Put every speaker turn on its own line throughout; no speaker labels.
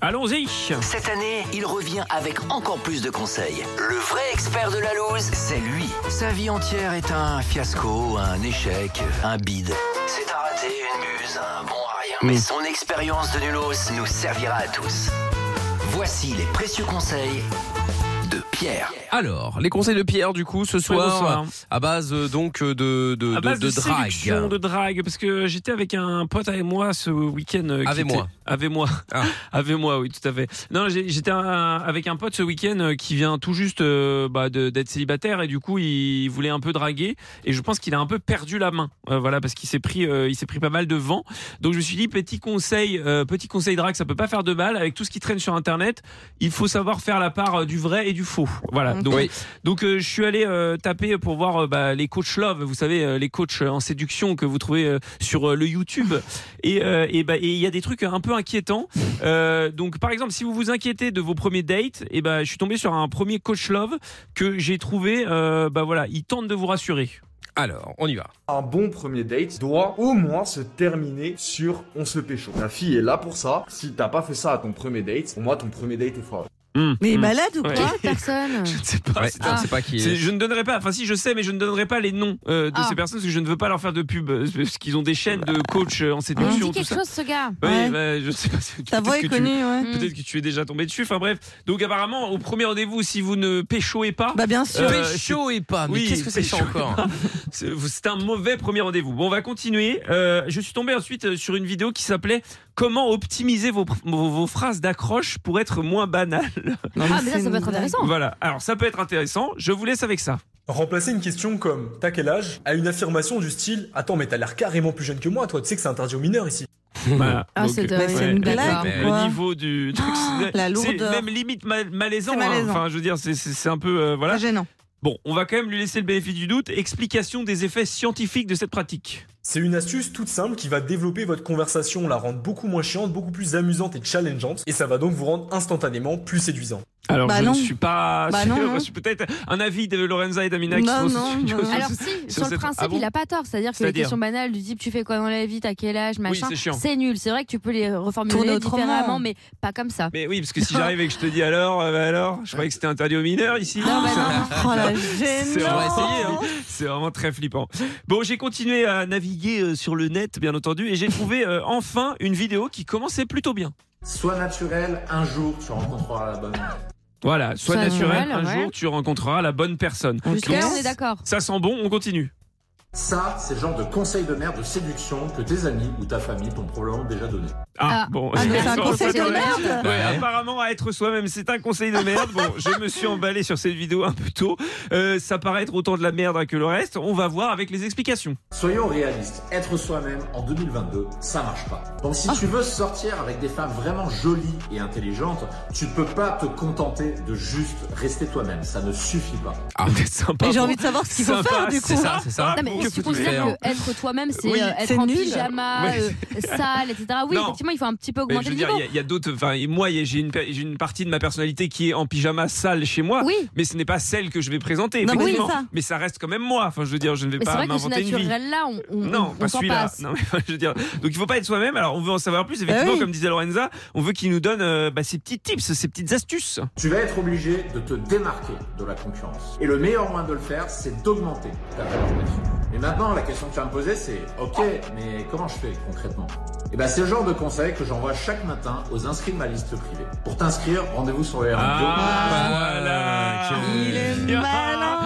Allons-y
Cette année, il revient avec encore plus de conseils. Le vrai expert de la loose, c'est lui. Sa vie entière est un fiasco, un échec, un bide. C'est un raté, une muse, un bon à rien. Mais son expérience de nulos nous servira à tous. Voici les précieux conseils de Pierre.
Alors, les conseils de Pierre, du coup, ce soir,
bonsoir.
à base euh, donc euh, de, de,
À
de-
base
de
de, séduction,
drague.
de drague, parce que j'étais avec un pote avec moi ce week-end. euh, qui
Avec
était-
moi.
Avec moi.
Ah.
Avec moi, oui, tout à fait. Non, j'ai- j'étais un- avec un pote ce week-end euh, qui vient tout juste euh, bah, de- d'être célibataire et du coup, il voulait un peu draguer et je pense qu'il a un peu perdu la main. Euh, voilà, parce qu'il s'est pris, euh, il s'est pris pas mal de vent. Donc je me suis dit, petit conseil, euh, petit conseil drague, ça peut pas faire de mal avec tout ce qui traîne sur Internet. Il faut savoir faire la part euh, du vrai et du faux. Voilà. Donc
Oui.
donc euh, je suis allé euh, taper pour voir euh, bah, les coachs love, vous savez euh, les coachs euh, en séduction que vous trouvez euh, sur euh, le YouTube et euh, et bah, et il y a des trucs un peu inquiétants. Euh, donc par exemple si vous vous inquiétez de vos premiers dates, et ben je suis tombé sur un premier coach love que j'ai trouvé euh, bah voilà, il tente de vous rassurer.
Alors, on y va.
Un bon premier date doit au moins se terminer sur on se pécho. Ta fille est là pour ça. Si t'as pas fait ça à ton premier date, pour moi ton premier date est foireux.
Hmm,
Mais bah,
hmm.
malade ou
Ouais.
quoi Personne
Je ne sais pas.
Ouais,
Ah, c'est-
je ne sais pas qui
c'est-
est.
Je ne donnerai pas, enfin si je sais, mais je ne donnerai pas les noms euh, de
Ah.
ces personnes parce que je ne veux pas leur faire de pub, euh, parce qu'ils ont des chaînes de coachs
Ah,
euh, en
Il me
séduction,
dit
tout
quelque
ça.
chose, ce gars.
Oui,
Ouais.
bah, je sais pas. c'est-
Ta
peut-être
voix
que
est
tu-
connue, ouais.
Mm.
Peut-être que tu es déjà tombé dessus. Enfin bref. Donc apparemment, au premier rendez-vous, si vous ne péchoez pas,
Bah bien sûr.
Euh,
Pécho et pas, mais
oui,
qu'est-ce que c'est que ça
pécho.
encore
c'est c'est un mauvais premier rendez-vous. Bon, on va continuer. Euh, je suis tombé ensuite euh, sur une vidéo qui s'appelait Comment optimiser vos, pr- vos, vos phrases d'accroche pour être moins banales.
Non,
Ah, mais ça,
c'est
ça peut
une
être
blague.
intéressant.
Voilà. Alors ça peut être intéressant. Je vous laisse avec ça.
Remplacer une question comme T'as quel âge à une affirmation du style Attends, mais t'as l'air carrément plus jeune que moi, toi, tu sais que c'est interdit aux mineurs ici.
Voilà.
Ah,
Donc,
c'est
euh,
Mais
dingue.
c'est
ouais.
une
D'accord.
blague.
Mais-
ou
le
quoi
niveau du truc, c'est-
Oh, la
c'est
lourdeur.
même limite mal- malaisant,
C'est
hein.
malaisant.
enfin je veux dire c'est- c'est c'est un peu euh, voilà
Pas gênant.
bon on va quand même lui laisser le bénéfice du doute explication des effets scientifiques de cette pratique
C'est une astuce toute simple qui va développer votre conversation, la rendre beaucoup moins chiante, beaucoup plus amusante et challengeante, et ça va donc vous rendre instantanément plus séduisant.
Alors
Bah
je
non.
ne suis pas
Bah
sûr,
non, non.
je suis peut-être un avis de Lorenza et Damina qui
Non,
sont au
non,
studio.
non.
Alors si, sur le
cette-
principe,
Ah bon
il a pas tort. C'est-à-dire que les
C'est-à-dire
questions banales du type tu fais quoi dans la vie, t'as quel âge, machin,
c'est chiant.
c'est nul. C'est vrai que tu peux les
Tourner
reformuler
autrement.
différemment, mais pas comme ça.
Mais oui, parce que si j'arrive et que je te dis alors, euh, bah alors, je croyais que c'était interdit aux mineurs ici.
Non, bah non.
Oh la
C'est on va essayer, hein.
gêne.
C'est vraiment très flippant. Bon, j'ai continué à naviguer euh, sur le net, bien entendu, et j'ai trouvé euh, enfin une vidéo qui commençait plutôt bien.
Sois naturel, un jour tu rencontreras la bonne.
Voilà, sois
Ça,
naturel,
ouais,
un
ouais.
jour tu rencontreras la bonne personne.
Jusqu'à là, on est d'accord.
Ça sent bon, on continue.
Ça, c'est le genre de conseil de merde de séduction que tes amis ou ta famille t'ont probablement déjà donné.
Ah,
Ah.
bon.
Ah, mais c'est un
Encore
conseil
une fois,
de
c'est-
merde.
Ouais, apparemment à être soi-même, c'est un conseil de merde. Bon, je me suis emballé sur cette vidéo un peu tôt. Euh, ça paraît être autant de la merde hein, que le reste. On va voir avec les explications.
Soyons réalistes, être soi-même en 2022, ça marche pas. Donc si tu veux sortir avec des femmes vraiment jolies et intelligentes, tu peux pas te contenter de juste rester toi-même, ça ne suffit pas.
Ah,
C'est sympa.
Et j'ai envie de savoir ce qu'il faut
Sympa,
faire du
c'est
coup.
ça, c'est ça.
Non, mais
Que
est-ce que tu
faut-il
considères
faire
que être toi-même, c'est
Oui,
euh, être
c'est
en
nul.
pyjama,
Ouais.
euh, sale, etc. Oui,
Non.
effectivement, il faut un petit peu
Mais je
augmenter
veux
le
dire,
niveau.
il y a- il y a, d'autres. Enfin, moi, il y a- j'ai une, pa- j'ai une partie de ma personnalité qui est en pyjama sale chez moi.
Oui,
Mais ce n'est pas celle que je vais présenter.
Non, mais
effectivement.
c'est ça.
mais ça reste quand même moi. Enfin, je veux dire, je ne vais
mais c'est
pas
vrai que ce
m'inventer une vie.
naturel-là, on, on,
Non,
on
pas
s'en
celui-là.
passe.
Non, mais enfin, je veux dire. Donc il faut pas être soi-même. Alors on veut en savoir plus. Effectivement,
oui.
comme disait Lorenza, on veut qu'il nous donne euh, bah, ses petits tips, ses petites astuces.
Tu vas être obligé de te démarquer de la concurrence. Et le meilleur moyen de le faire, c'est d'augmenter ta valeur perçue. Et maintenant, la question que tu vas me poser, c'est OK, mais comment je fais concrètement Et ben, c'est le genre de conseil que j'envoie chaque matin aux inscrits de ma liste privée. Pour t'inscrire, rendez-vous sur les
Ah,
Ah,
voilà.
quel-
Il est
On y vient.
malin.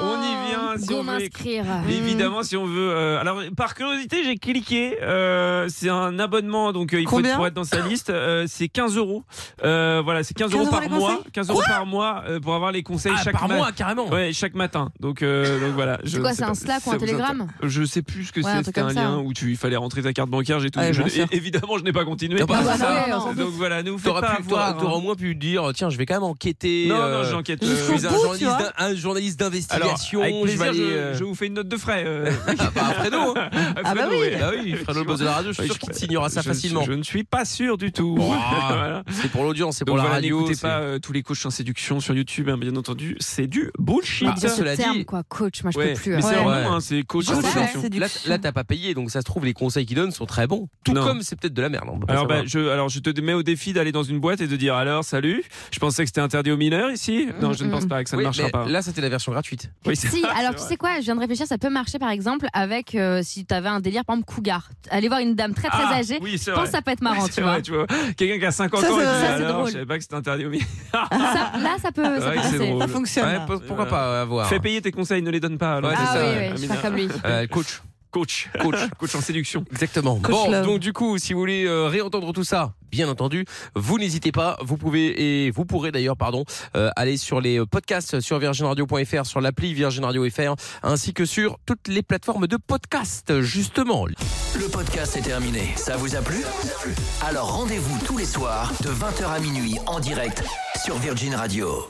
On y vient si
Ah. Go
on veut.
m'inscrire. Hmm.
Évidemment, si on veut. euh, alors, par curiosité, j'ai cliqué. euh, c'est un abonnement, donc euh, il faut
Combien
être, pour être dans sa liste. euh, c'est 15 euros. Euh, voilà, c'est 15 euros
15 euros
par
les
mois.
conseils
15 euros par mois euh, pour avoir les conseils
Ah,
chaque
par
ma-
mois, carrément.
Ouais, chaque matin. Donc, euh, donc voilà. je
C'est quoi,
sais
c'est
pas.
un Slack
Ça
ou un
vous
Telegram
intéresse Je sais plus ce que
Ouais, un
c'est.
truc
C'était un
comme ça,
lien
hein.
où tu, il fallait rentrer ta carte bancaire. J'ai tout.
Ouais,
je-
bien sûr.
é- évidemment, je n'ai pas continué.
Ah bah,
Ah bah
ça,
non,
ouais,
non,
ça-
non.
euh, Donc voilà, nous faites pas
T'auras pu-
avoir,
t'auras-
hein.
t'auras au moins pu dire oh, tiens, je vais quand même enquêter.
Non, non,
euh,
j'enquête.
Je
euh,
suis
Jusqu'au
un
bout, tu
journaliste,
vois.
d'in- un journaliste
Alors,
d'investigation.
avec
je vais
plaisir, dire,
aller,
je,
euh,
je vous fais une note de frais. euh,
Ah, bah, Fredo hein.
Fredo,
bah oui.
ouais.
Bah oui, Fredo, le boss de la radio, je suis sûr qu'il signera ça
Je-
facilement.
Je ne suis pas sûr du tout.
Oh.
Voilà.
C'est pour l'audience, c'est
Donc
pour la
voilà,
radio.
n'écoutez
c'est-
pas euh, tous les coachs en séduction sur YouTube, hein, bien entendu, c'est du bullshit.
Bah,
Ah,
Bien
cela
ce
dit-
terme, quoi, coach, moi je
Bah, Ouais,
peux plus.
mais
hein.
c'est un
Ouais.
nom, hein, c'est coach
Je
en
sais,
séduction.
c'est du
Là,
fichu.
là t'as pas payé, donc ça se trouve, les conseils qu'ils donnent sont très bons. Tout
Non.
comme c'est peut-être de la merde. hein, on peut pas
Alors,
savoir.
bah, je, alors, je te mets au défi d'aller dans une boîte et de dire alors, salut, je pensais que c'était interdit aux mineurs ici. Non, je ne pense pas que ça
Oui,
ne marchera
mais
pas.
Là, c'était la version gratuite.
Oui, c'est-
Si, alors tu
vrai.
sais quoi, je viens de réfléchir, ça peut marcher par exemple avec euh, si t'avais un délire, par exemple, cougar. Aller voir une dame très très
Ah,
âgée,
oui, c'est
je
vrai.
pense que ça peut être marrant,
C'est
tu vois.
vrai, tu vois. Quelqu'un qui a 50
Ça,
ans et
c'est-
dit
ça,
c'est
alors,
drôle.
je savais pas que c'était interdit aux mineurs.
Ça- là, ça peut, ça
vrai
peut
que c'est
passer.
drôle.
Ça fonctionne.
Ouais,
là.
pour- pourquoi
Voilà.
pas euh, à
Bah,
voir.
hein.
Fais payer tes conseils, ne les donne pas. alors.
Ouais,
C'est
ah
ça,
oui,
euh,
oui, je suis pas comme lui.
Euh, coach,
Coach,
coach.
coach en séduction.
Exactement.
Coach
bon,
Love.
donc du coup, si vous voulez euh, réentendre tout ça, bien entendu, vous n'hésitez pas. Vous pouvez et vous pourrez d'ailleurs, pardon, euh, aller sur les podcasts sur virginradio.fr, sur l'appli Virgin Radio FR, ainsi que sur toutes les plateformes de podcast, justement.
Le podcast est terminé. Ça vous a plu Alors rendez-vous tous les soirs de 20h à minuit en direct sur Virgin Radio.